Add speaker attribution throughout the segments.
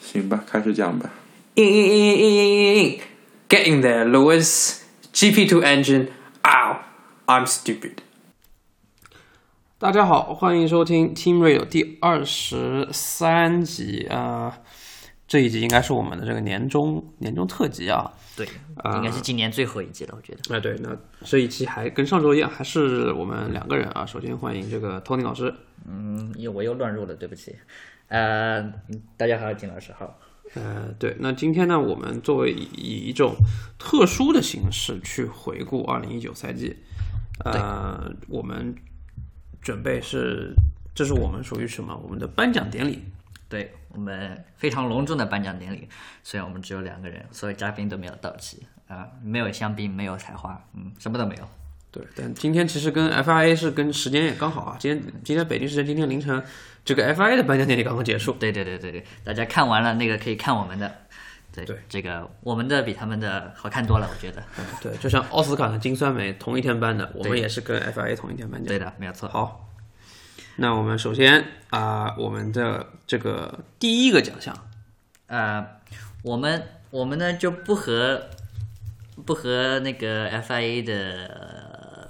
Speaker 1: 行吧，开始讲吧。
Speaker 2: 硬硬硬硬硬硬硬硬，Get in there, Lewis. GP2 engine. Ow, I'm stupid.
Speaker 3: 大家好，欢迎收听 Team Radio 第二十三集啊、呃这一集应该是我们的这个年终年终特辑啊。
Speaker 4: 对，应该是今年最后一季了，我觉得。
Speaker 3: 哎，对，那这一期还跟上周一样，还是我们两个人啊。首先欢迎这个 Tony 老师，
Speaker 4: 嗯，又我又乱入了，对不起。呃，大家好，金老师好。
Speaker 3: 呃，对，那今天呢，我们作为以以一种特殊的形式去回顾二零一九赛季，呃，我们准备是，这是我们属于什么？我们的颁奖典礼。
Speaker 4: 对我们非常隆重的颁奖典礼，虽然我们只有两个人，所有嘉宾都没有到齐啊、没有香槟，没有才华，嗯，什么都没有。
Speaker 3: 对，但今天其实跟 FIA 是跟时间也刚好啊，今天今天北京时间今天凌晨，这个 FIA 的颁奖典礼刚刚结束。
Speaker 4: 对对对对对，大家看完了那个可以看我们的，对
Speaker 3: 对
Speaker 4: 这个我们的比他们的好看多了，我觉得。
Speaker 3: 对，就像奥斯卡和金酸梅同一天颁的，我们
Speaker 4: 对
Speaker 3: 也是跟 FIA 同一天颁奖。
Speaker 4: 对的，没有错。
Speaker 3: 好，那我们首先啊、我们的这个第一个奖项，
Speaker 4: 呃，我们我们呢就不和不和那个 FIA 的呃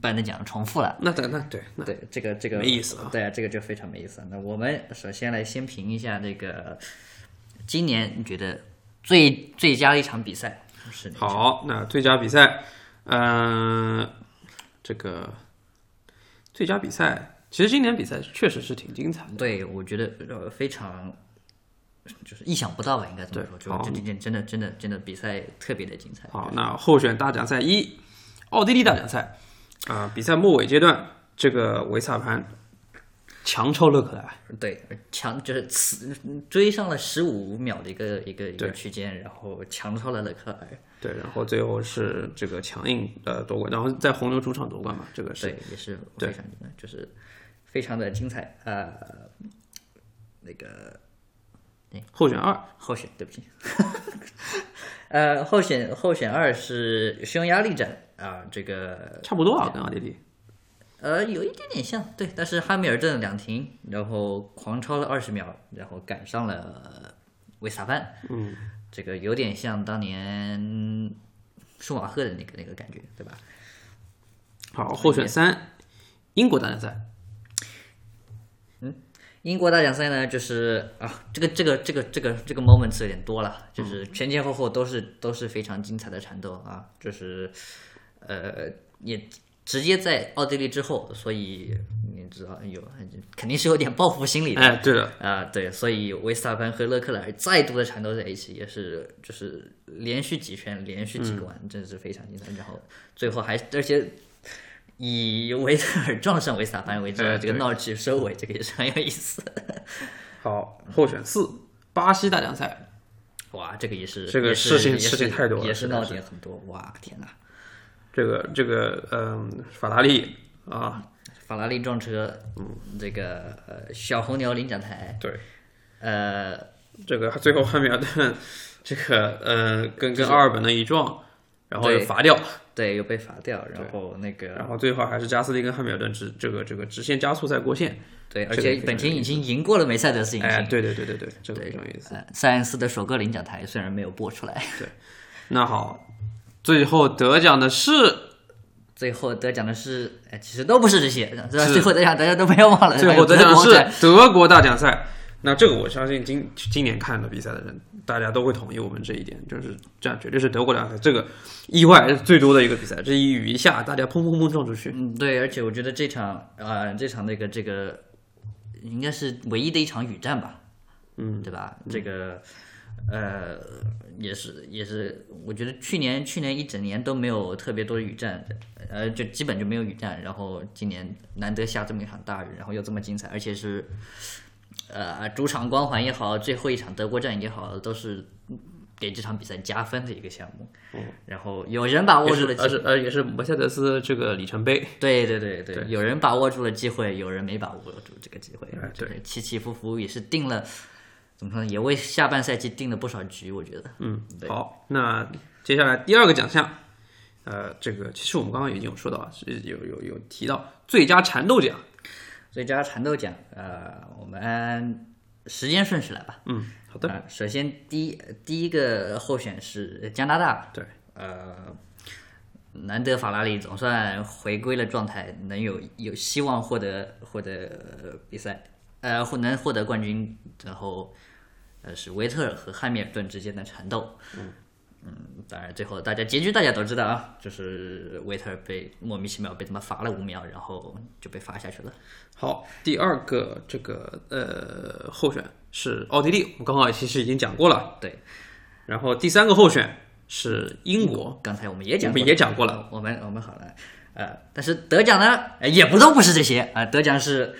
Speaker 4: 颁的奖重复了。
Speaker 3: 那那那对，那
Speaker 4: 对，这个这个
Speaker 3: 没意思啊
Speaker 4: 对啊，这个就非常没意思啊。那我们首先来先评一下那个今年你觉得最最佳的一场比赛是哪一场？
Speaker 3: 好，那最佳比赛，嗯、这个最佳比赛，其实今年比赛确实是挺精彩的。
Speaker 4: 对，我觉得呃非常就是意想不到吧，应该这么说，
Speaker 3: 对
Speaker 4: 就
Speaker 3: 好
Speaker 4: 是这这真的真的真的比赛特别的精彩。
Speaker 3: 好，那候选大奖赛一，奥地利大奖赛，啊、比赛末尾阶段，这个维萨潘强抽勒克莱，
Speaker 4: 对，强就是此追上了十五秒的一个一个一个
Speaker 3: 对
Speaker 4: 区间，然后强超了勒克莱尔，
Speaker 3: 对，然后最后是这个强硬呃夺冠，然后在红牛主场夺冠嘛，这个是
Speaker 4: 对，也是非常就是非常的精彩。呃，那个
Speaker 3: 候选二，
Speaker 4: 候选，对不起， 呃，候选候选二是匈牙利站啊、这个
Speaker 3: 差不多啊，跟奥地利。
Speaker 4: 呃有一点点像，对，但是汉密尔顿两停，然后狂超了二十秒，然后赶上了维萨潘，嗯，这个有点像当年舒马赫的那个那个感觉，对吧？
Speaker 3: 好，候选三，英国大奖赛，
Speaker 4: 英国大奖赛呢，就是啊，这个这个这个这个这个 moments 有点多了，就是
Speaker 3: 嗯
Speaker 4: 前前后后都是都是非常精彩的缠斗啊，就是呃也直接在奥地利之后，所以你知道有肯定是有点报复心理的。
Speaker 3: 哎，对的，
Speaker 4: 啊、对，所以维斯塔潘和勒克莱尔再度的缠斗在一起，也是就是连续几圈，连续几个
Speaker 3: 嗯
Speaker 4: 弯，真是非常精彩。然后最后还而且以维特尔撞上维斯塔潘为主，
Speaker 3: 哎
Speaker 4: 这个
Speaker 3: 对
Speaker 4: 闹剧收尾，这个也是很有意思。
Speaker 3: 好，候选四，巴西大奖赛，
Speaker 4: 哇，这个也是
Speaker 3: 这个
Speaker 4: 也是
Speaker 3: 事情
Speaker 4: 也是
Speaker 3: 事情太多了
Speaker 4: 也是
Speaker 3: 实在
Speaker 4: 闹
Speaker 3: 是
Speaker 4: 点很多。哇，天哪！
Speaker 3: 这个这个嗯，法拉利啊，
Speaker 4: 法拉利撞车，
Speaker 3: 嗯
Speaker 4: 这个呃小红牛领奖台，
Speaker 3: 对，
Speaker 4: 呃，
Speaker 3: 这个最
Speaker 4: 嗯
Speaker 3: 后汉密尔顿这个呃跟跟阿尔本的一撞，然后又
Speaker 4: 对
Speaker 3: 罚掉，
Speaker 4: 对，又被罚掉，然后那个
Speaker 3: 然后最后还是加斯利跟汉密尔顿直这个这个直线加速赛过线，
Speaker 4: 对，
Speaker 3: 这
Speaker 4: 而
Speaker 3: 个
Speaker 4: 且
Speaker 3: 非常
Speaker 4: 本田
Speaker 3: 有
Speaker 4: 已经赢过了梅赛德斯引
Speaker 3: 哎，
Speaker 4: 擎，
Speaker 3: 对对对对对，这个非常有意思。
Speaker 4: 呃，塞恩斯的首个领奖台虽然没有播出来，
Speaker 3: 那好，最后得奖的是
Speaker 4: 最后得奖的是，哎，其实都不是这些，是吧？
Speaker 3: 是
Speaker 4: 最后得奖大家都没呃有忘了，
Speaker 3: 最后得奖
Speaker 4: 德国
Speaker 3: 的
Speaker 4: 站
Speaker 3: 是德国大奖赛。那这个我相信今今年看的比赛的人，大家都会同意我们这一点，就是这样，绝对是德国大奖赛这个意外是最多的一个比赛，这一雨一下，大家砰砰砰撞出去。
Speaker 4: 嗯，对，而且我觉得这场啊、呃这场那个这个应该是唯一的一场雨战吧，嗯，对吧？这个呃也是也是，我觉得去年去年一整年都没有特别多的雨战，呃，就基本就没有雨战，然后今年难得下这么一场大雨，然后又这么精彩，而且是呃主场光环也好，最后一场德国站也好，都是。给这场比赛加分的一个项目，然后有人把握
Speaker 3: 嗯也
Speaker 4: 住
Speaker 3: 是
Speaker 4: 了机
Speaker 3: 而
Speaker 4: 会，
Speaker 3: 是呃也是梅赛德斯这个里程碑，
Speaker 4: 对对对对，有人把握住了机会，有人没把握住这个机会，
Speaker 3: 对
Speaker 4: 就是起起伏伏也是定了，怎么说呢，也为下半赛季定了不少局，我觉得。嗯，对，
Speaker 3: 好，那接下来第二个奖项，呃，这个其实我们刚刚已经有说到啊，是有有有提到最佳缠斗奖，
Speaker 4: 最佳缠斗奖，呃，我们时间顺序来吧。
Speaker 3: 嗯，好的，
Speaker 4: 啊首先第一第一个候选是加拿大，
Speaker 3: 对，
Speaker 4: 呃，难得法拉利总算回归了状态，能有有希望获得获得呃比赛，呃，获能获得冠军，然后呃是维特尔和汉密尔顿之间的缠斗。嗯，当然最后大家结局大家都知道啊，就是维特尔被莫名其妙被他们罚了五秒，然后就被罚下去了。
Speaker 3: 好，第二个这个呃候选是奥地利，我们刚好其实已经讲过了。
Speaker 4: 对，
Speaker 3: 然后第三个候选是英国，
Speaker 4: 刚才我们也讲
Speaker 3: 我
Speaker 4: 过
Speaker 3: 们
Speaker 4: 了，
Speaker 3: 也讲过了。
Speaker 4: 我们我们好了，呃，但是得奖呢呃也不都不是这些啊、呃得奖是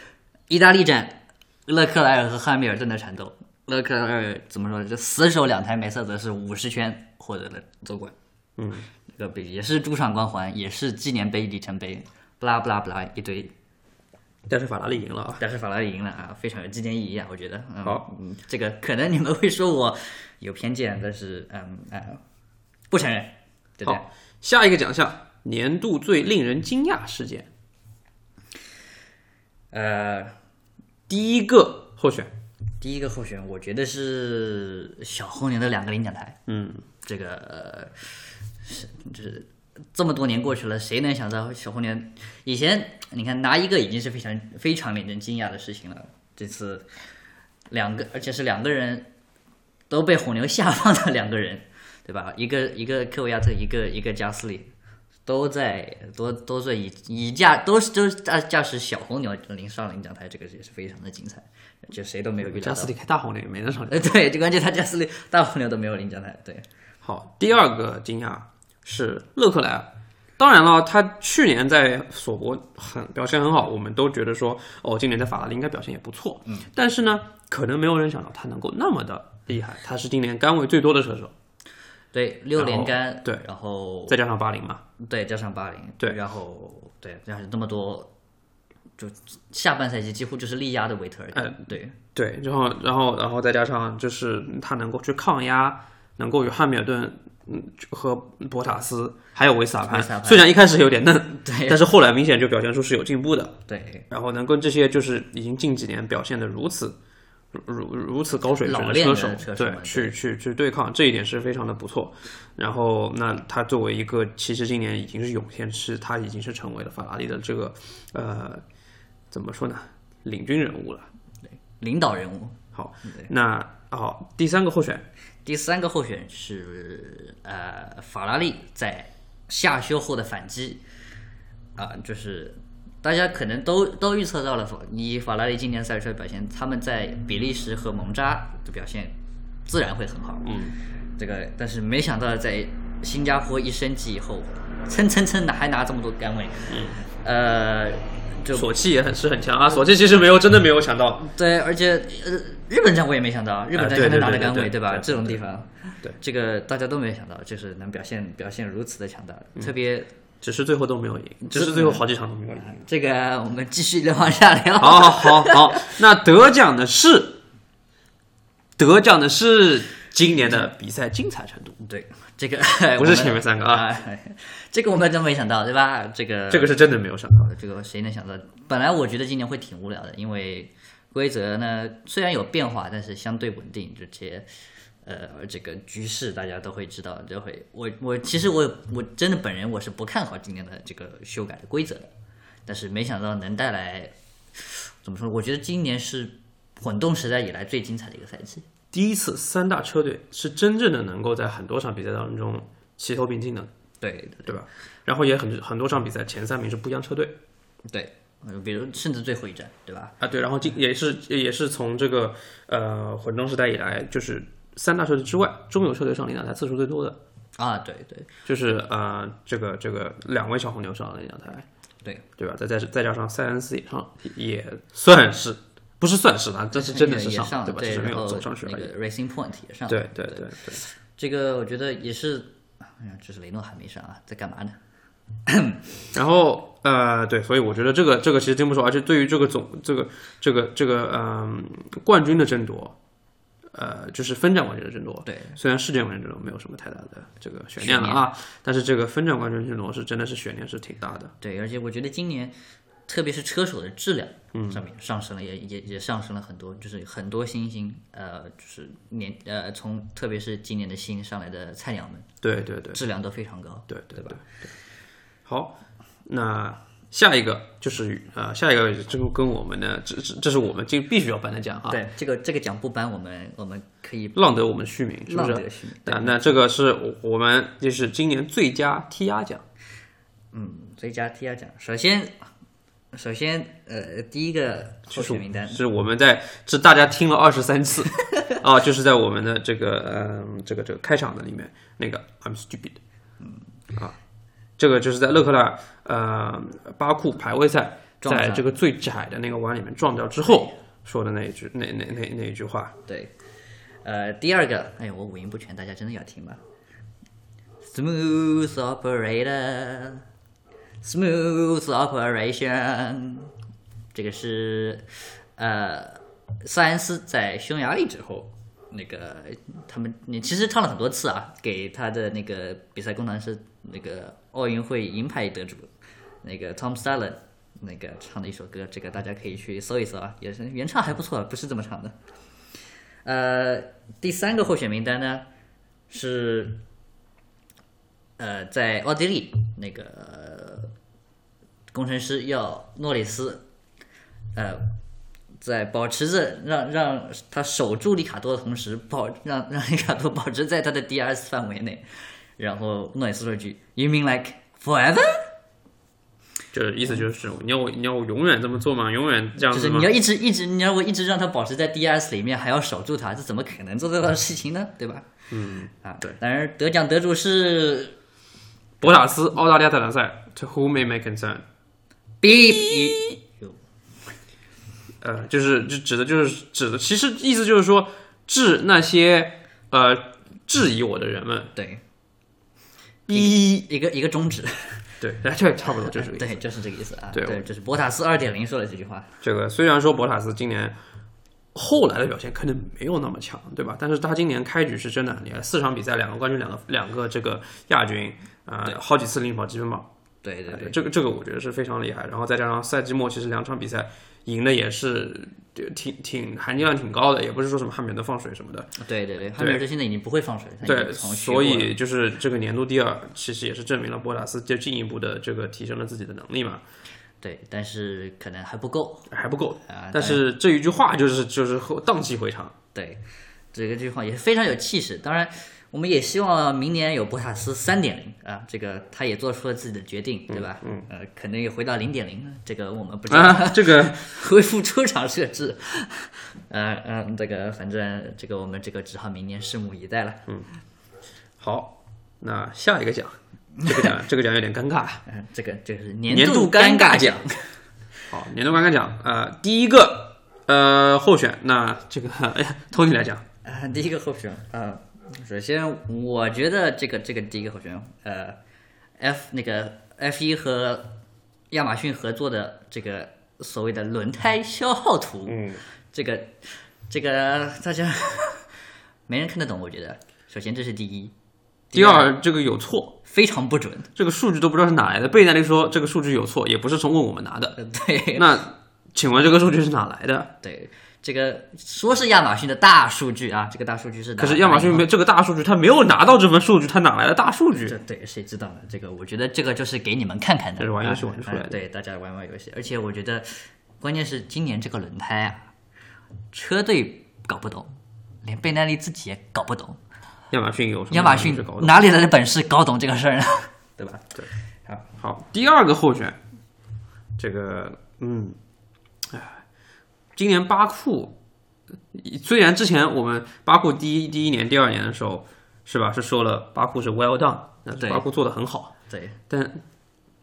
Speaker 4: 意大利站勒克莱尔和汉密尔顿的缠斗，勒克莱尔怎么说就死守两台梅赛德斯五十圈获得了夺冠，
Speaker 3: 嗯，
Speaker 4: 这个比也是主场光环，也是纪念碑里程碑，不啦不啦不啦一堆，
Speaker 3: 但是法拉利赢了啊。
Speaker 4: 但是法拉利赢了啊，非常有纪念意义啊，我觉得，嗯、
Speaker 3: 好
Speaker 4: 嗯，这个可能你们会说我有偏见，但是嗯啊、呃不承认，对不对？
Speaker 3: 好，下一个奖项，年度最令人惊讶事件，
Speaker 4: 呃，
Speaker 3: 第一个候选，
Speaker 4: 第一个候选，我觉得是小红牛的两个领奖台。
Speaker 3: 嗯，
Speaker 4: 这个、呃、是就是这么多年过去了，谁能想到小红牛以前你看拿一个已经是非常非常令人惊讶的事情了，这次两个，而且是两个人都被红牛下放的两个人，对吧？ 一个一个科维亚特，一个一个加斯利。都在都都在以以驾都是都是驾驾驶小红牛领上领奖台，这个也是非常的精彩，就谁都没有预料到。
Speaker 3: 加斯利开大红脸没能上场。
Speaker 4: 呃， 对，就关键他加斯利大部分都没有领奖台，对，
Speaker 3: 好，第二个惊讶是勒克莱尔。当然了，他去年在索博很表现很好，我们都觉得说，哦，今年在法拉利应该表现也不错。嗯，但是呢，可能没有人想到他能够那么的厉害。他是今年杆位最多的车手，
Speaker 4: 对，六连杆，
Speaker 3: 对
Speaker 4: 然后
Speaker 3: 再加上八零嘛，
Speaker 4: 对加上巴林，
Speaker 3: 对
Speaker 4: 然后对，加上这么多，就下半赛季几乎就是力压的维特尔，
Speaker 3: 呃
Speaker 4: 对
Speaker 3: 对，然后然后然后再加上就是他能够去抗压，能够与汉密尔顿嗯和博塔斯还有维斯塔
Speaker 4: 维
Speaker 3: 潘
Speaker 4: 斯塔，潘
Speaker 3: 虽然一开始有点嫩，
Speaker 4: 对
Speaker 3: 但是后来明显就表现出是有进步的。
Speaker 4: 对，
Speaker 3: 然后能跟这些就是已经近几年表现的如此如如如此高水平
Speaker 4: 老
Speaker 3: 的
Speaker 4: 练的
Speaker 3: 手，
Speaker 4: 车手
Speaker 3: 对
Speaker 4: 们，对
Speaker 3: 去去去对抗，这一点是非常的不错。然后，那他作为一个，其实今年已经是涌现，是他已经是成为了法拉利的这个呃，怎么说呢，领军人物了。
Speaker 4: 领导人物。
Speaker 3: 好，那好、第三个候选，
Speaker 4: 第三个候选是呃法拉利在下修后的反击，啊、就是大家可能都都预测到了法，以法拉利今年赛车表现，他们在比利时和蒙扎的表现自然会很好，
Speaker 3: 嗯，
Speaker 4: 这个但是没想到在新加坡一升级以后，蹭蹭蹭的还拿这么多杆位，嗯，呃，就
Speaker 3: 索契也很是很强啊，索契其实没有真的没有想到，
Speaker 4: 对，而且呃，日本站我也没想到，日本站
Speaker 3: 对
Speaker 4: 还
Speaker 3: 啊对
Speaker 4: 能拿
Speaker 3: 对
Speaker 4: 了
Speaker 3: 对
Speaker 4: 杆位，
Speaker 3: 对
Speaker 4: 吧？
Speaker 3: 对
Speaker 4: 这种地方，
Speaker 3: 对
Speaker 4: 这个大家都没想到，就是能表现表现如此的强大，
Speaker 3: 嗯
Speaker 4: 特别
Speaker 3: 只是最后都没有赢，只是最后好几场都没有赢。
Speaker 4: 这个我们继续再往下 聊。
Speaker 3: 好好好好，那得奖的是，得奖的是今年的比赛精彩程度，
Speaker 4: 对，这个
Speaker 3: 不
Speaker 4: 我
Speaker 3: 是
Speaker 4: 们
Speaker 3: 前面三个啊，
Speaker 4: 啊， 这个我们真没想到，对吧？这个
Speaker 3: 这个是真的没有啊想到的。
Speaker 4: 这个谁能想到？本来我觉得今年会挺无聊的，因为规则呢虽然有变化，但是相对稳定，这些呃这个局势大家都会知道，就会我我其实我我真的本人我是不看好今年的这个修改的规则的，但是没想到能带来怎么说？我觉得今年是混动时代以来最精彩的一个赛季。
Speaker 3: 第一次三大车队是真正的能够在很多场比赛当中齐头并进的，
Speaker 4: 对
Speaker 3: 对吧？然后也很很多场比赛前三名是不一样车队
Speaker 4: 对，呃比如甚至最后一站，对吧？
Speaker 3: 啊，对，然后今也是也是从这个呃混动时代以来，就是三大车队之外，中游车队上领奖台次数最多的，
Speaker 4: 啊，对对
Speaker 3: 就是呃这个这个两位小红牛上领奖台，
Speaker 4: 对，
Speaker 3: 对吧？再再再加上塞恩斯也上，也算是不是算是吧？这是真的是
Speaker 4: 也上
Speaker 3: 对吧？只是没
Speaker 4: 然
Speaker 3: 有
Speaker 4: 后
Speaker 3: 走上去
Speaker 4: 那
Speaker 3: 而已。
Speaker 4: 个 Racing Point 也上了，
Speaker 3: 对对对对，
Speaker 4: 这个我觉得也是，哎呀，这是雷诺还没上啊，在干嘛呢？
Speaker 3: 然后呃，对，所以我觉得这个这个其实真不错，而且对于这个总这个这个这个嗯、冠军的争夺，呃，就是分站冠军的争夺，
Speaker 4: 对，
Speaker 3: 虽然世界冠军争夺没有什么太大的这个悬念了啊，但是这个分站冠军争夺是真的是悬念是挺大的。
Speaker 4: 对，而且我觉得今年特别是车手的质量上面上升了，也也也上升了很多，就是很多新星，呃，就是年呃从特别是今年的新上来的菜鸟们，
Speaker 3: 对对对
Speaker 4: 质量都非常高。
Speaker 3: 对对吧？好，那下一个就是呃，下一个这个跟我们的这这这是我们今必须要颁的奖哈，
Speaker 4: 对，这个这个奖不颁，我们我们可以
Speaker 3: 浪得我们虚名，是不
Speaker 4: 浪
Speaker 3: 是？
Speaker 4: 得虚名对
Speaker 3: 啊，那这个是我我们就是今年最佳 TR 奖，
Speaker 4: 嗯，最佳 TR 奖。首先，首先呃，第一个候选名单
Speaker 3: 是我们在这大家听了二十三次 啊，就是在我们的这个嗯、这个这个开场的里面那个 I'm stupid，啊，
Speaker 4: 嗯
Speaker 3: 这个就是在勒克莱尔呃巴库排位赛
Speaker 4: 撞上
Speaker 3: 在这个最窄的那个弯里面撞掉之后说的那一句那那那那一句话，
Speaker 4: 对，呃，第二个，哎呦，我五音不全，大家真的要听吧？Smooth operator, smooth operation，这个是呃，塞恩斯在匈牙利之后，那个他们你其实唱了很多次啊，给他的那个比赛工程师那个奥运会银牌得主那个 Tom Stalin。那个唱的一首歌，这个大家可以去搜一搜啊，也是原唱还不错，不是这么唱的。呃，第三个候选名单呢是，呃，在奥地利那个、呃工程师要诺里斯，呃，在保持着让让他守住里卡多的同时，保让让里卡多保持在他的 DRS 范围内，然后诺里斯说一句：“You mean like forever？”
Speaker 3: 就是意思就是你要我你要我永远这么做吗？永远这样
Speaker 4: 嗯就
Speaker 3: 子
Speaker 4: 是
Speaker 3: 吗
Speaker 4: 你要？一直一直，你要我一直让他保持在 DRS 里面，还要守住他，这怎么可能做得到的事情呢？对吧？嗯，啊，
Speaker 3: 对。
Speaker 4: 当然，得奖得主是
Speaker 3: 博塔斯澳大利亚特兰赛，To whom it may concern。
Speaker 4: Beep，
Speaker 3: 呃，就是就指的就是指的，其实意思就是说治那些呃质疑我的人们，
Speaker 4: 对，
Speaker 3: 逼
Speaker 4: 一个一个中指，
Speaker 3: 对， 这差不多哦就是这个意思。
Speaker 4: 对，就是这个意思啊。
Speaker 3: 对我
Speaker 4: 这是博塔斯二点零说的这句话。
Speaker 3: 这个虽然说博塔斯今年后来的表现可能没有那么强，对吧？但是他今年开局是真的很厉害，四场比赛两个冠军，两个两个这个亚军，啊、好几次领跑积分榜，呃
Speaker 4: 对对对，
Speaker 3: 这个这个我觉得是非常厉害。然后再加上赛季末，其实两场比赛赢的也是呃挺挺含金量挺高的，也不是说什么汉密尔顿放水什么的，
Speaker 4: 对对对，汉密尔顿现在已经不会放水，他已经
Speaker 3: 对，
Speaker 4: 从
Speaker 3: 所
Speaker 4: 学过了
Speaker 3: 以就是这个年度第二，其实也是证明了博塔斯就进一步的这个提升了自己的能力嘛，
Speaker 4: 对，但是可能还不够。
Speaker 3: 还不够
Speaker 4: 啊。
Speaker 3: 但是这一句话就是就是后荡气回肠，
Speaker 4: 对，这个句话也是非常有气势。当然，我们也希望明年有博塔斯三点零啊，这个他也做出了自己的决定，对吧？嗯，呃，可能也回到零点零，这个我们不知道。
Speaker 3: 啊，这个
Speaker 4: 恢复出厂设置。呃呃，这个反正这个我们这个只好明年拭目以待了。
Speaker 3: 好，那下一个奖，这个奖这个奖有点尴尬，啊
Speaker 4: 嗯，这个就是
Speaker 3: 年
Speaker 4: 度
Speaker 3: 度尴
Speaker 4: 尬
Speaker 3: 尬奖。好，年度观看奖，呃，第一个呃候选，那这个哎呀，托尼来讲，
Speaker 4: 啊、 第一个候选啊、呃首先我觉得这个这个第一个候选人，呃，F 那个 F 一和亚马逊合作的这个所谓的轮胎消耗图，嗯，这个这个大家 没人看得懂，我觉得。首先这是第一，
Speaker 3: 第二这个有错，
Speaker 4: 非常不准，
Speaker 3: 这个数据都不知道是哪来的，贝纳利说这个数据有错，也不是从问我们拿的，
Speaker 4: 呃，对，
Speaker 3: 那请问这个数据是哪来的？
Speaker 4: 对，这个说是亚马逊的大数据啊，这个大数据是哪
Speaker 3: 可是亚马逊没这个大数据，他没有拿到这份数据，他哪来的大数
Speaker 4: 这
Speaker 3: 据？
Speaker 4: 对谁知道呢？这个我觉得这个就是给你们看看的，
Speaker 3: 这是玩游戏玩
Speaker 4: 啊
Speaker 3: 出来的
Speaker 4: 啊对，大家玩玩游戏，而且我觉得关键是今年这个轮胎啊，车队搞不懂，连贝耐力自己也搞不懂，
Speaker 3: 亚马逊有什么
Speaker 4: 亚马逊嗯
Speaker 3: 是搞的
Speaker 4: 哪里来的本事搞懂这个事儿呢？ 对吧？
Speaker 3: 对，好，第二个候选，这个嗯，哎，今年巴库虽然之前我们巴库第一第一年、第二年的时候是吧，是说了巴库是 well done，那
Speaker 4: 对
Speaker 3: 巴库做的很好，
Speaker 4: 对
Speaker 3: 但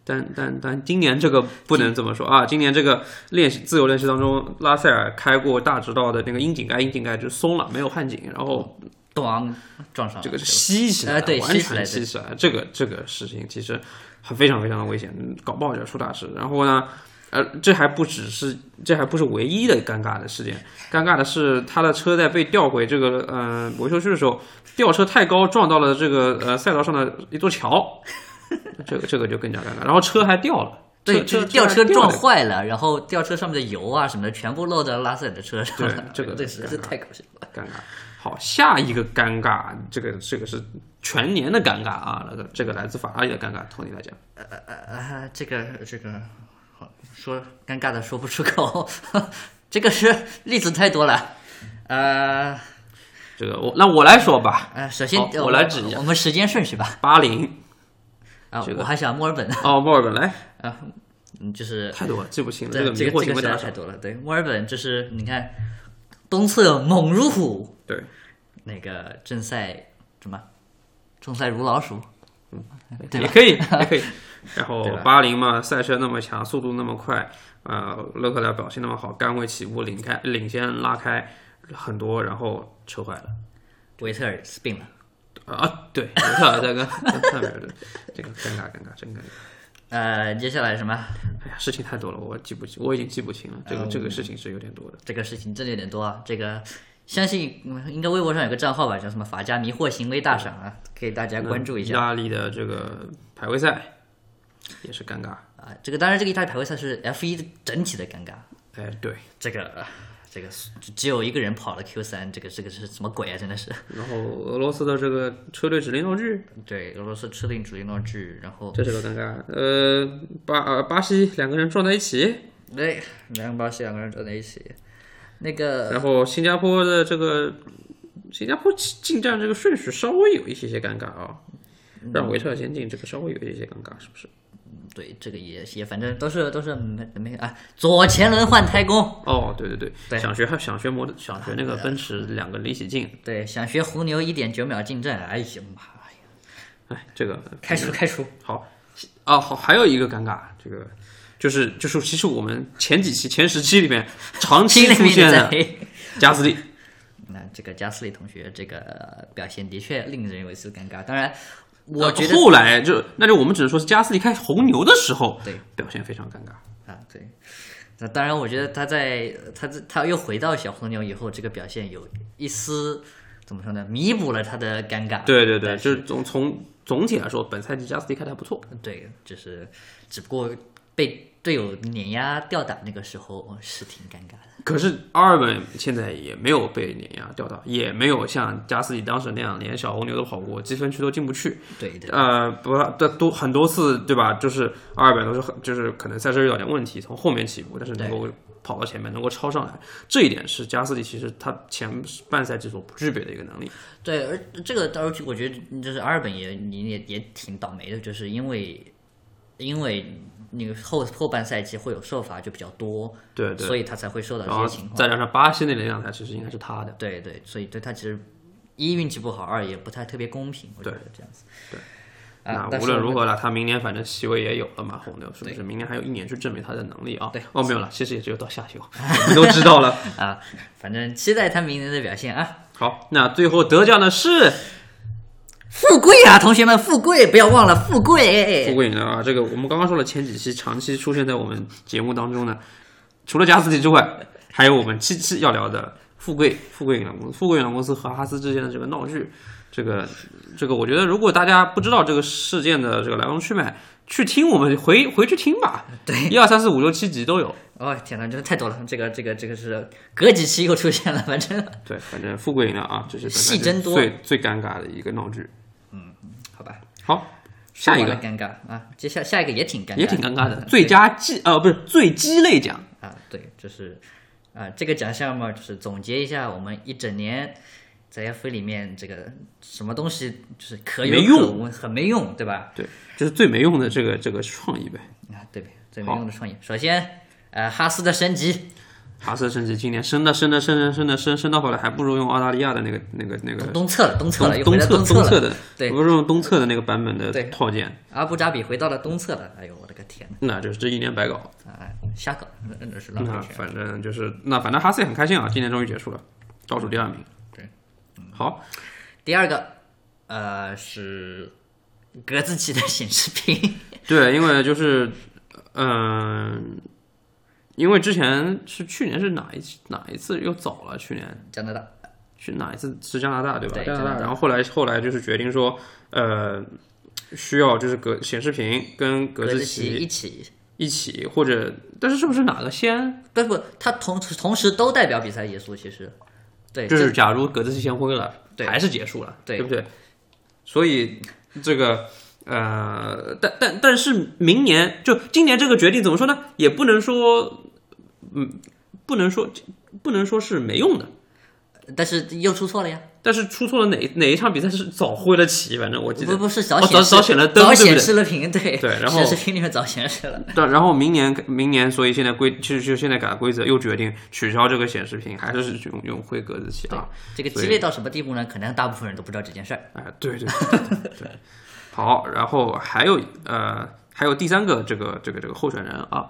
Speaker 3: 但但但今年这个不能这么说啊！今年这个练习自由练习当中，拉塞尔开过大直道的那个窨井盖，窨井盖就松了，没有焊井，然后
Speaker 4: 咣撞上了
Speaker 3: 这个是吸起来了，
Speaker 4: 呃对
Speaker 3: 完
Speaker 4: 吸起来
Speaker 3: 全吸起来。这个这个事情其实很非常非常的危险，搞不好就要出大事。然后呢，呃，这还不只是这还不是唯一的尴尬的事件，尴尬的是他的车在被调回这个呃维修区的时候，吊车太高撞到了这个呃赛道上的一座桥，这个这个就更加尴尬。然后车还掉了，
Speaker 4: 对，
Speaker 3: 这这
Speaker 4: 就是吊
Speaker 3: 这
Speaker 4: 车
Speaker 3: 吊
Speaker 4: 撞
Speaker 3: 着
Speaker 4: 坏了，然后吊车上面的油啊什么的全部落到拉塞尔的车上
Speaker 3: 对
Speaker 4: 了，
Speaker 3: 这个
Speaker 4: 这实在是
Speaker 3: 尴尬
Speaker 4: 太搞笑了。
Speaker 3: 尴尬。好，下一个尴尬，这个这个是全年的尴尬啊，那个这个来自法拉利的尴尬，托尼来讲，
Speaker 4: 啊，这个这个，好说尴尬的说不出口， 这个是例子太多了。呃
Speaker 3: 这个我那我来说吧，
Speaker 4: 呃，首先
Speaker 3: 好
Speaker 4: 呃
Speaker 3: 我来指一下
Speaker 4: 我们时间顺序吧。
Speaker 3: 八零
Speaker 4: 啊
Speaker 3: 这，个
Speaker 4: 我还想墨尔本，
Speaker 3: 哦，墨尔本来
Speaker 4: 嗯，就是
Speaker 3: 太多了，记不清了，
Speaker 4: 对
Speaker 3: 个
Speaker 4: 这
Speaker 3: 迷
Speaker 4: 个
Speaker 3: 惑
Speaker 4: 这
Speaker 3: 行
Speaker 4: 个
Speaker 3: 为
Speaker 4: 实
Speaker 3: 太
Speaker 4: 在
Speaker 3: 少
Speaker 4: 太。多了。对，墨尔本就是你看，东侧猛如虎，
Speaker 3: 对，
Speaker 4: 那个正赛什么，正赛如老鼠，对
Speaker 3: 也
Speaker 4: 吧？
Speaker 3: 可 以，也可以。然后
Speaker 4: 对吧
Speaker 3: 八零嘛，赛车那么强，速度那么快，呃，勒克莱尔表现那么好，杆位起步领开领先拉开很多，然后车坏了。
Speaker 4: 维特尔 spin 了。
Speaker 3: 啊，对，我特尔在跟跟特尔的这个尴尬尴尬，真尴尬。
Speaker 4: 呃，接下来什么？
Speaker 3: 哎呀，事情太多了，我记不清，我已经记不清了。这个、
Speaker 4: 嗯
Speaker 3: 这个事情是有点多的。
Speaker 4: 这个事情真的有点多啊。这个相信嗯应该微博上有个账号吧，叫什么“法家迷惑行为大赏”啊，给大家关注一
Speaker 3: 意
Speaker 4: 下
Speaker 3: 大利的这个排位赛也是尴尬。
Speaker 4: 啊。这个当然，这个意大利排位赛是 F 一整体的尴尬，
Speaker 3: 哎，对，
Speaker 4: 这个啊这个只只有一个人跑了 Q 三，这个这个是什么鬼啊？真的是
Speaker 3: 然后俄罗斯的这个车队指令弄制，
Speaker 4: 对俄罗斯吃定主义诺制，然后
Speaker 3: 这是个尴尬。呃，巴呃巴西两个人撞在一起，
Speaker 4: 对两个巴西两个人站在一起，那个
Speaker 3: 然后新加坡的这个新加坡进站这个顺序稍微有一些些尴尬啊、让维特尔先进，这个稍微有一些些尴尬，是不是？
Speaker 4: 嗯对这个也也反正都是都是没没啊，左前轮换胎功。
Speaker 3: 哦，对对对，
Speaker 4: 对哎
Speaker 3: 想学想学摩托，想学那个奔驰两个离起近，
Speaker 4: 对，想学红牛一点九秒进站，哎呀妈呀，
Speaker 3: 哎，这个
Speaker 4: 开除开除！
Speaker 3: 好啊，好，还有一个尴尬，这个就是就是，其实我们前几期前十期里面长期
Speaker 4: 心里
Speaker 3: 出现
Speaker 4: 面在
Speaker 3: 的。加斯利，
Speaker 4: 那这个加斯利同学这个呃表现的确令人为之尴尬。当然，我
Speaker 3: 呃
Speaker 4: 觉得
Speaker 3: 后来就那就我们只能说是加斯利开红牛的时候，
Speaker 4: 对
Speaker 3: 表现非常尴尬。
Speaker 4: 啊，对，那当然，我觉得他在他在他又回到小红牛以后，这个表现有一丝怎么说呢，弥补了他的尴尬。
Speaker 3: 对对对，
Speaker 4: 但
Speaker 3: 就是是总从总体来说，本赛季加斯利开的还不错。
Speaker 4: 对，就是只不过被队友碾压吊打那个时候哦是挺尴尬的。
Speaker 3: 可是阿尔本现在也没有被碾压掉到，也没有像加斯利当时那样连小红牛都跑过，积分区都进不去。
Speaker 4: 对对
Speaker 3: 呃，不，都都很多次对吧？就是阿尔本都是很就是可能赛车遇到点问题，从后面起步，但是能够跑到前面，能够超上来，这一点是加斯利其实他前半赛季所不具备的一个能力。
Speaker 4: 对，而这个当然，我觉得就是阿尔本也你也也挺倒霉的，就是因为因为那个后后半赛季会有受罚就比较多，
Speaker 3: 对对，
Speaker 4: 所以他才会受到
Speaker 3: 然后
Speaker 4: 这些情
Speaker 3: 再
Speaker 4: 况。
Speaker 3: 加上巴西那两台，其实应该是他的。
Speaker 4: 对对，所以对他其实一运气不好，二也不太特别公平，我觉得这样子。对啊，
Speaker 3: 那
Speaker 4: 但
Speaker 3: 无
Speaker 4: 是
Speaker 3: 论
Speaker 4: 我
Speaker 3: 如
Speaker 4: 们
Speaker 3: 何了，他明年反正席位也有了嘛，红牛是不是？明年还有一年去证明他的能力啊。
Speaker 4: 对
Speaker 3: 哦没有了，其实也只有到夏休，我们都知道了。
Speaker 4: 啊，反正期待他明年的表现啊！
Speaker 3: 好，那最后得奖的是
Speaker 4: 富贵啊，同学们，富贵不要忘了富
Speaker 3: 富
Speaker 4: 贵。
Speaker 3: 贵呢啊，这个我们刚刚说了，前几期长期出现在我们节目当中呢，除了加斯利之外，还有我们七期要聊的富贵富贵影展公司富贵影展公司和哈斯之间的这个闹剧，这个这个，我觉得如果大家不知道这个事件的这个来龙去脉，去听我们回回去听吧，
Speaker 4: 对，
Speaker 3: 一二三四五六七集都有。
Speaker 4: 哦天哪，真的太多了，这个这个这个是隔几期又出现了，反正
Speaker 3: 对，反正富贵呢啊，这是本来
Speaker 4: 戏真多
Speaker 3: 最最尴尬的一个闹剧。
Speaker 4: 好吧。
Speaker 3: 好，下一
Speaker 4: 说
Speaker 3: 个
Speaker 4: 完了尴尬啊，接下下一个也挺尴尬，
Speaker 3: 也挺尴尬的，最佳鸡呃不是最鸡肋奖。
Speaker 4: 啊，对，就是啊，这个奖项嘛，就是总结一下我们一整年在 F 里面这个什么东西就是可有
Speaker 3: 没
Speaker 4: 可
Speaker 3: 用
Speaker 4: 无，很没用，对吧？
Speaker 3: 对，就是最没用的这个这个创意呗。
Speaker 4: 啊，对，最没用的创意。首先，呃，哈斯的升级，
Speaker 3: 哈斯甚至今年升的升的升的升的升升到后来还不如用澳大利亚的那个那个那个
Speaker 4: 东侧了，东侧了，又回
Speaker 3: 东
Speaker 4: 到
Speaker 3: 侧
Speaker 4: 侧
Speaker 3: 侧
Speaker 4: 了。
Speaker 3: 的，
Speaker 4: 对
Speaker 3: 不是用东侧的那个版本的
Speaker 4: 对
Speaker 3: 套件，
Speaker 4: 阿布扎比回到了东侧了，哎呦，我的个天
Speaker 3: 那就是这一年白搞。
Speaker 4: 呐！啊，瞎搞，真的是浪
Speaker 3: 那
Speaker 4: 费钱。
Speaker 3: 反正就是那反正哈斯也很开心啊，今年终于结束了，倒数第二名。
Speaker 4: 对，嗯
Speaker 3: 好，
Speaker 4: 第二个，呃，是格子奇的显示屏，
Speaker 3: 对，因为就是嗯、因为之前是去年是哪一次哪一次又早了，去年
Speaker 4: 加拿大，
Speaker 3: 是哪一次是加拿大对吧？
Speaker 4: 对
Speaker 3: 加拿
Speaker 4: 加拿
Speaker 3: 大，
Speaker 4: 大
Speaker 3: 然后后来后来就是决定说，呃，需要就是格显示屏跟格
Speaker 4: 格
Speaker 3: 子
Speaker 4: 子奇一
Speaker 3: 棋
Speaker 4: 起
Speaker 3: 一起，或者但是是不是哪个先？
Speaker 4: 不不，他同同时都代表比赛结束，其实，对，
Speaker 3: 就是
Speaker 4: 这
Speaker 3: 假如格子西先挥了，
Speaker 4: 对
Speaker 3: 还是结束了，
Speaker 4: 对
Speaker 3: 对不对？所以这个呃，但但但是明年就今年这个决定怎么说呢？也不能说，嗯，不能说不能说是没用的，
Speaker 4: 但是又出错了呀，
Speaker 3: 但是出错了哪哪一场比赛是早挥了旗，反正我记得
Speaker 4: 不不是早
Speaker 3: 哦
Speaker 4: 显
Speaker 3: 早
Speaker 4: 示、
Speaker 3: 早显了灯对
Speaker 4: 早
Speaker 3: 不
Speaker 4: 显
Speaker 3: 对
Speaker 4: 示了屏，对
Speaker 3: 对然后
Speaker 4: 显示屏里面早显示了，
Speaker 3: 对，然后明年明年，所以现在规就就现在改了规则，又决定取消这个显示屏，还是用用灰格子棋啊？
Speaker 4: 这个
Speaker 3: 所以
Speaker 4: 激烈到什么地步呢？可能大部分人都不知道这件事儿。
Speaker 3: 哎，对对对对对对。好，然后还有呃，还有第三个这个这个这个候选人啊，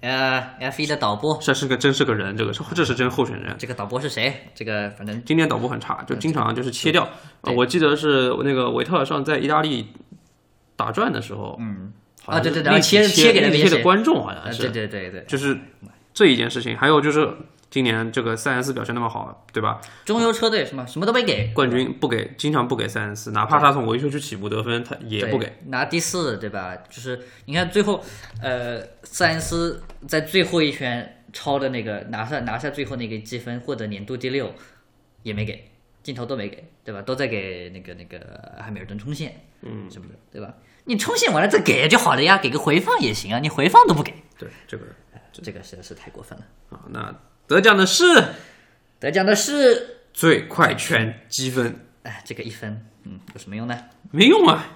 Speaker 4: 呃，F 一的导播，
Speaker 3: 这是个真是个人，这个是这是真候选人。
Speaker 4: 这个导播是谁？这个反正
Speaker 3: 今年导播很差，就经常就是切掉。呃
Speaker 4: 对
Speaker 3: 我记得是那个维特尔上在意大利打转的时候，嗯，
Speaker 4: 啊对对对然后切切给了
Speaker 3: 那
Speaker 4: 别
Speaker 3: 些
Speaker 4: 人
Speaker 3: 的观众，好
Speaker 4: 呃
Speaker 3: 像啊是
Speaker 4: 对对对对，
Speaker 3: 就是这一件事情，还有就是今年这个塞恩斯表现那么好，对吧？
Speaker 4: 中游车队什么什么都没给，
Speaker 3: 冠军不给，经常不给塞恩斯，哪怕他从维修区起步得分，他也
Speaker 4: 对
Speaker 3: 不给。
Speaker 4: 拿第四，对吧？就是你看最后，呃，塞恩斯在最后一圈超的那个拿下拿下最后那个积分，获得年度第六，也没给镜头都没给，对吧？都在给那个那个汉密尔顿冲线，嗯，什么的，对吧？你冲线完了再给就好了呀，给个回放也行啊，你回放都不给，
Speaker 3: 对这个
Speaker 4: 这个实在是太过分了。
Speaker 3: 啊，那得奖的是
Speaker 4: 得奖的是，
Speaker 3: 最快圈积分，
Speaker 4: 哎，这个一分，嗯，有什么用呢？
Speaker 3: 没用啊！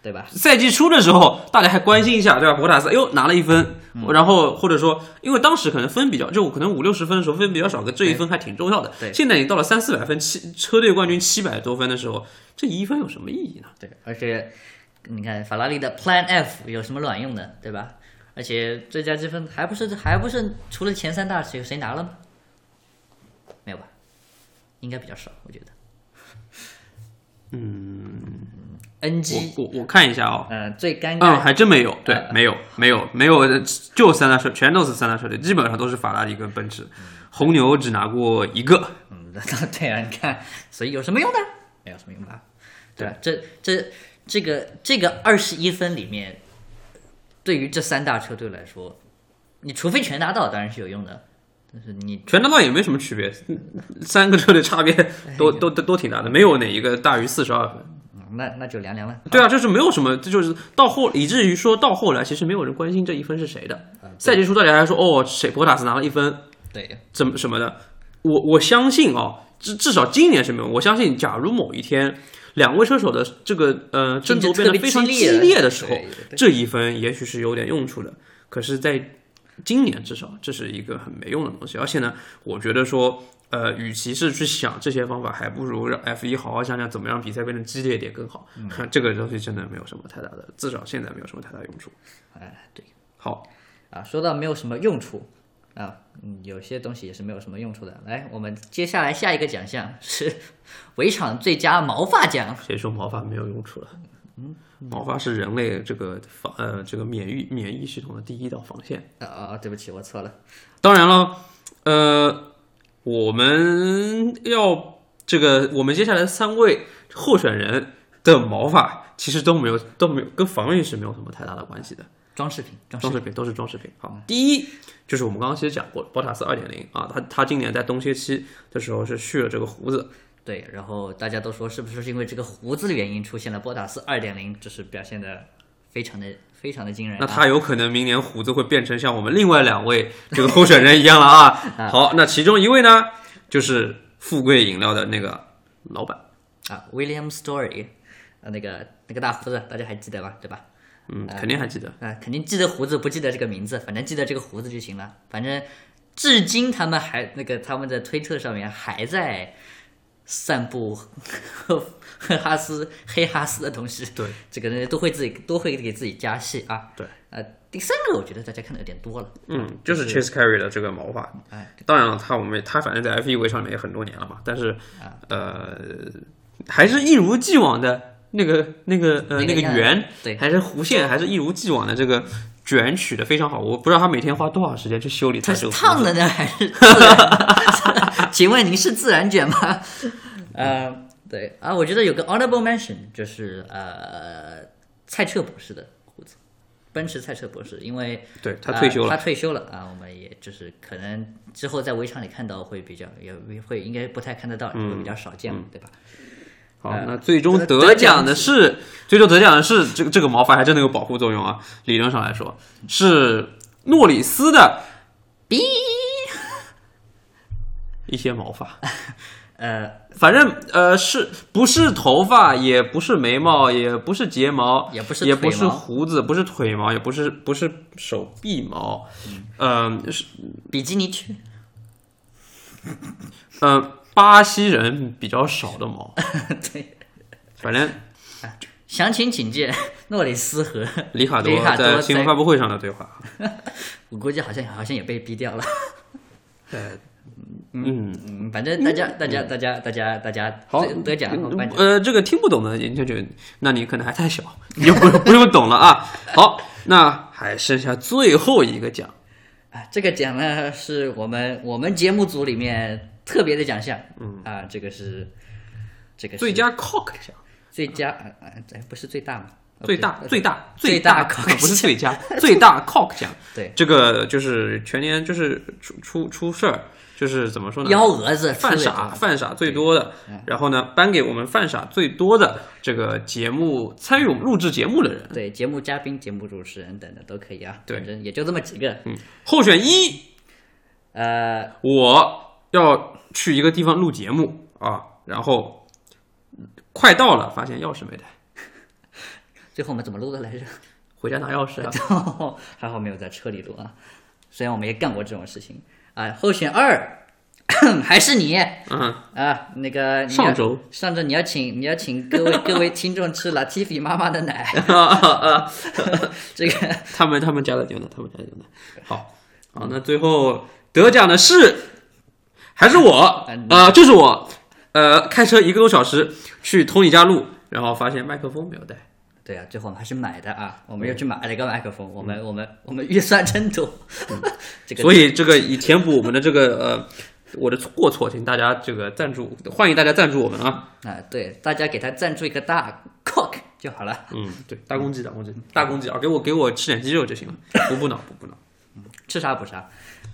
Speaker 4: 对吧？
Speaker 3: 赛季初的时候，大家还关心一下，对吧？博塔斯，哎呦拿了一分，
Speaker 4: 嗯
Speaker 3: 然后或者说，因为当时可能分比较，就可能五六十分的时候分比较少，可这一分还挺重要的。
Speaker 4: 对
Speaker 3: 现在你到了三四百分，七车队冠军七百多分的时候，这一分有什么意义呢？
Speaker 4: 对，而且你看法拉利的 Plan F 有什么卵用呢？对吧？而且最佳积分还不是还不是除了前三大谁谁拿了吗？没有吧？应该比较少，我觉得。嗯，NG，
Speaker 3: 我我我看一下啊、
Speaker 4: 呃，最尴
Speaker 3: 嗯，
Speaker 4: 尬，
Speaker 3: 还真没有，对
Speaker 4: 呃，
Speaker 3: 没有，没有，没有，就三大车，全都是三大车队，基本上都是法拉利跟奔驰，红牛只拿过一个，
Speaker 4: 嗯，对啊，你看，所以有什么用呢？没有什么用吧？对吧？这这这个这个二十一分里面，对于这三大车队来说，你除非全拿到，当然是有用的。但是你
Speaker 3: 全拿到也没什么区别，三个车队差别都都都都挺大的，没有哪一个大于四十二分。
Speaker 4: 那那就凉凉了。
Speaker 3: 对啊，就是没有什么，这就是到后，以至于说到后来，其实没有人关心这一分是谁的。赛季初大家还说，哦，谁博塔斯拿了一分，
Speaker 4: 对，
Speaker 3: 怎么什么的。我我相信啊、至至少今年是没有。我相信，假如某一天两位车手的这个呃争
Speaker 4: 竞
Speaker 3: 夺变得
Speaker 4: 争特别
Speaker 3: 非常
Speaker 4: 激
Speaker 3: 激
Speaker 4: 烈
Speaker 3: 烈的时候
Speaker 4: 对对，对
Speaker 3: 这一分也许是有点用处的。可是，在今年至少这是一个很没用的东西。而且呢，我觉得说，呃，与其是去想这些方法，还不如让 F 一好好想想怎么让比赛变得激烈一点更好。
Speaker 4: 嗯
Speaker 3: 这个东西真的没有什么太大的，至少现在没有什么太大用处。
Speaker 4: 哎，对
Speaker 3: 好，
Speaker 4: 啊，说到没有什么用处啊，嗯，有些东西也是没有什么用处的。来，我们接下来下一个奖项是 围场最佳毛发奖。
Speaker 3: 谁说毛发没有用处了？毛发是人类这个防呃这个免疫免疫系统的第一道防线。
Speaker 4: 啊啊，啊对不起，我错了。
Speaker 3: 当然了，呃，我们要这个我们接下来三位候选人的毛发其实都没有都没有跟防御是没有什么太大的关系的，
Speaker 4: 装饰品，装饰
Speaker 3: 装
Speaker 4: 品
Speaker 3: 饰品都是装饰品。好，第一就是我们刚刚其实讲过的，博塔斯二点零啊，他他今年在冬歇期的时候是蓄了这个胡子，
Speaker 4: 对，然后大家都说是不是因为这个胡子的原因出现了波塔斯二点零，就是表现的非常的非常的惊人、啊。
Speaker 3: 那他有可能明年胡子会变成像我们另外两位这个候选人一样了 啊。好，那其中一位呢，就是富贵饮料的那个老板，
Speaker 4: 啊，William Story，呃，那个那个大胡子，大家还记得吧？对吧？
Speaker 3: 嗯，肯定还记得。
Speaker 4: 啊，肯定记得胡子，不记得这个名字，反正记得这个胡子就行了。反正至今他们还那个他们在推特上面还在散布哈斯黑哈斯的东西。
Speaker 3: 对，
Speaker 4: 这个呢都会自己都会给自己加戏啊。
Speaker 3: 对，
Speaker 4: 呃，第三个我觉得大家看的有点多了。
Speaker 3: 嗯，就是 Chase Carey 的这个毛发。
Speaker 4: 哎，
Speaker 3: 当然了，他我们也他反正在 F 一围上面也很多年了嘛，但是
Speaker 4: 啊
Speaker 3: 呃，还是一如既往的那个那个呃
Speaker 4: 那个
Speaker 3: 那个
Speaker 4: 样
Speaker 3: 圆，
Speaker 4: 对
Speaker 3: 还是弧线，还是一如既往的这个卷曲的非常好。我不知道他每天花多少时间去修理他
Speaker 4: 它
Speaker 3: 这
Speaker 4: 是
Speaker 3: 个胡子
Speaker 4: 烫的呢还是自然？请问您是自然卷吗？ 呃，对啊，我觉得有个 honorable mention 就是呃蔡澈博士的胡子，奔驰赛车博士，因为
Speaker 3: 对他退休
Speaker 4: 啊
Speaker 3: 了
Speaker 4: 他退休了啊，我们也就是可能之后在围场里看到会比较，也会应该不太看得到，会比较少见，对吧？
Speaker 3: 好，那最终
Speaker 4: 得
Speaker 3: 得
Speaker 4: 哎得
Speaker 3: 奖
Speaker 4: 奖
Speaker 3: 的是，最终得奖的是这个这个毛发还真的有保护作用啊！理论上来说是诺里斯的 B 一些毛发，
Speaker 4: 呃，
Speaker 3: 反正呃是不是头发，也不是眉毛，也不是睫毛，
Speaker 4: 也不是
Speaker 3: 也不
Speaker 4: 腿
Speaker 3: 是
Speaker 4: 毛
Speaker 3: 胡子，不是腿毛，也不是不是手臂毛，嗯、是
Speaker 4: 比基尼区，
Speaker 3: 嗯、巴西人比较少的毛，
Speaker 4: 对，
Speaker 3: 反正
Speaker 4: 详情请见诺里斯和
Speaker 3: 里卡
Speaker 4: 里
Speaker 3: 多
Speaker 4: 卡多
Speaker 3: 在新闻
Speaker 4: 在
Speaker 3: 发布会上的对话。
Speaker 4: 我估计好像好像也被逼 掉了。
Speaker 3: 呃，嗯，
Speaker 4: 嗯，反正大家大家大家大家大家
Speaker 3: 好
Speaker 4: 得得奖，
Speaker 3: 嗯
Speaker 4: 颁奖
Speaker 3: 呃，这个听不懂的，你就觉得，那你可能还太小，你就不用不用懂了啊。好，那还剩下最后一个奖，
Speaker 4: 啊，这个奖呢是我们我们节目组里面特别的奖项，嗯啊，这个是这个是
Speaker 3: 最佳 cock 奖，
Speaker 4: 最佳啊啊，哎不是最大吗？哦
Speaker 3: 最大
Speaker 4: 不是
Speaker 3: 最大
Speaker 4: 最
Speaker 3: 大啊
Speaker 4: 大 cock
Speaker 3: 不是最佳最大 cock 奖，
Speaker 4: 对
Speaker 3: 这个就是全年就是出出出事儿，就是怎么说呢？
Speaker 4: 幺蛾子
Speaker 3: 犯
Speaker 4: 出了
Speaker 3: 傻，犯傻最多的，
Speaker 4: 嗯
Speaker 3: 然后呢，颁给我们犯傻最多的这个节目参与我们录制节目的人，
Speaker 4: 对节目嘉宾、节目主持人等等都可以啊，
Speaker 3: 对
Speaker 4: 反正也就这么几个，嗯
Speaker 3: 候选一
Speaker 4: 呃
Speaker 3: 我要去一个地方录节目啊，然后快到了，发现钥匙没带，
Speaker 4: 最后我们怎么录的来着？
Speaker 3: 回家拿钥匙 啊。
Speaker 4: 还好没有在车里录啊，虽然我们也干过这种事情啊。候选二 还是你，
Speaker 3: 嗯，
Speaker 4: 啊，那个你
Speaker 3: 上
Speaker 4: 要
Speaker 3: 周
Speaker 4: 上周你要请你要请各位 各位听众吃 Latifi 妈妈的奶， 这个
Speaker 3: 他们他们家的牛奶，他们家的牛奶。好，好，那最后得奖的是还是我
Speaker 4: 嗯，
Speaker 3: 呃，就是我，呃，开车一个多小时去托尼家录，然后发现麦克风没有带。
Speaker 4: 对啊，最后我们还是买的啊，我们又去买了一个麦克
Speaker 3: 嗯
Speaker 4: 风，我们我们我们预算真多，这个
Speaker 3: 所以这个以填补我们的这个呃我的过错，请大家这个赞助，欢迎大家赞助我们啊！
Speaker 4: 啊对，大家给他赞助一个大 cock 就好了，
Speaker 3: 嗯， 对，大公鸡，大公鸡，大公鸡啊！给我给我吃点鸡肉就行 了，补补脑，补补脑。
Speaker 4: 吃啥补啥。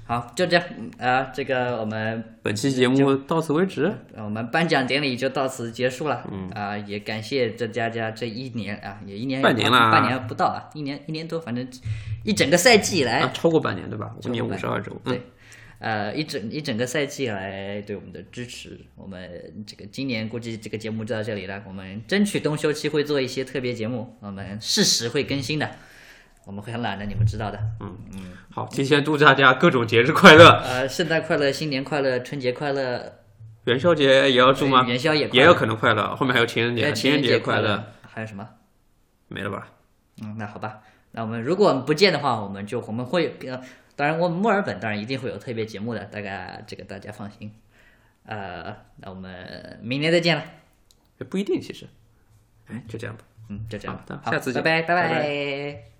Speaker 4: 好，就这样嗯啊，这个我们
Speaker 3: 本期节目到此为止，
Speaker 4: 呃我们颁奖典礼就到此结束了，嗯啊，也感谢这大家这一年啊，也一年
Speaker 3: 半年啦
Speaker 4: 半年不到啊，一年一年多，反正一整个赛季以来
Speaker 3: 啊，超过半年对吧？五
Speaker 4: 过
Speaker 3: 年五
Speaker 4: 半
Speaker 3: 十二周，嗯
Speaker 4: 对，呃，一整一整个赛季来对我们的支持，我们这个今年估计这个节目就到这里了。我们争取冬休期会做一些特别节目，我们适时会更新的。我们会很懒的，你们知道的。
Speaker 3: 好，提前祝大家各种节日快乐，
Speaker 4: 呃，圣诞快乐，新年快乐，春节快乐，
Speaker 3: 元宵节也要祝吗？
Speaker 4: 元宵也快乐
Speaker 3: 也有可能快乐，后面还有情人节，
Speaker 4: 呃
Speaker 3: 情
Speaker 4: 情
Speaker 3: 人
Speaker 4: 人
Speaker 3: 节
Speaker 4: 节
Speaker 3: 快乐，
Speaker 4: 乐，还有什么？
Speaker 3: 没了吧？
Speaker 4: 嗯，那好吧，那我们如果我们不见的话，我们就我们会呃，当然我们墨尔本当然一定会有特别节目的，大概这个大家放心。呃，那我们明年再见了。
Speaker 3: 也不一定，其实，哎，就这样吧。
Speaker 4: 嗯，就这样
Speaker 3: 好的
Speaker 4: 吧，好
Speaker 3: 下次见
Speaker 4: 拜拜，
Speaker 3: 拜
Speaker 4: 拜拜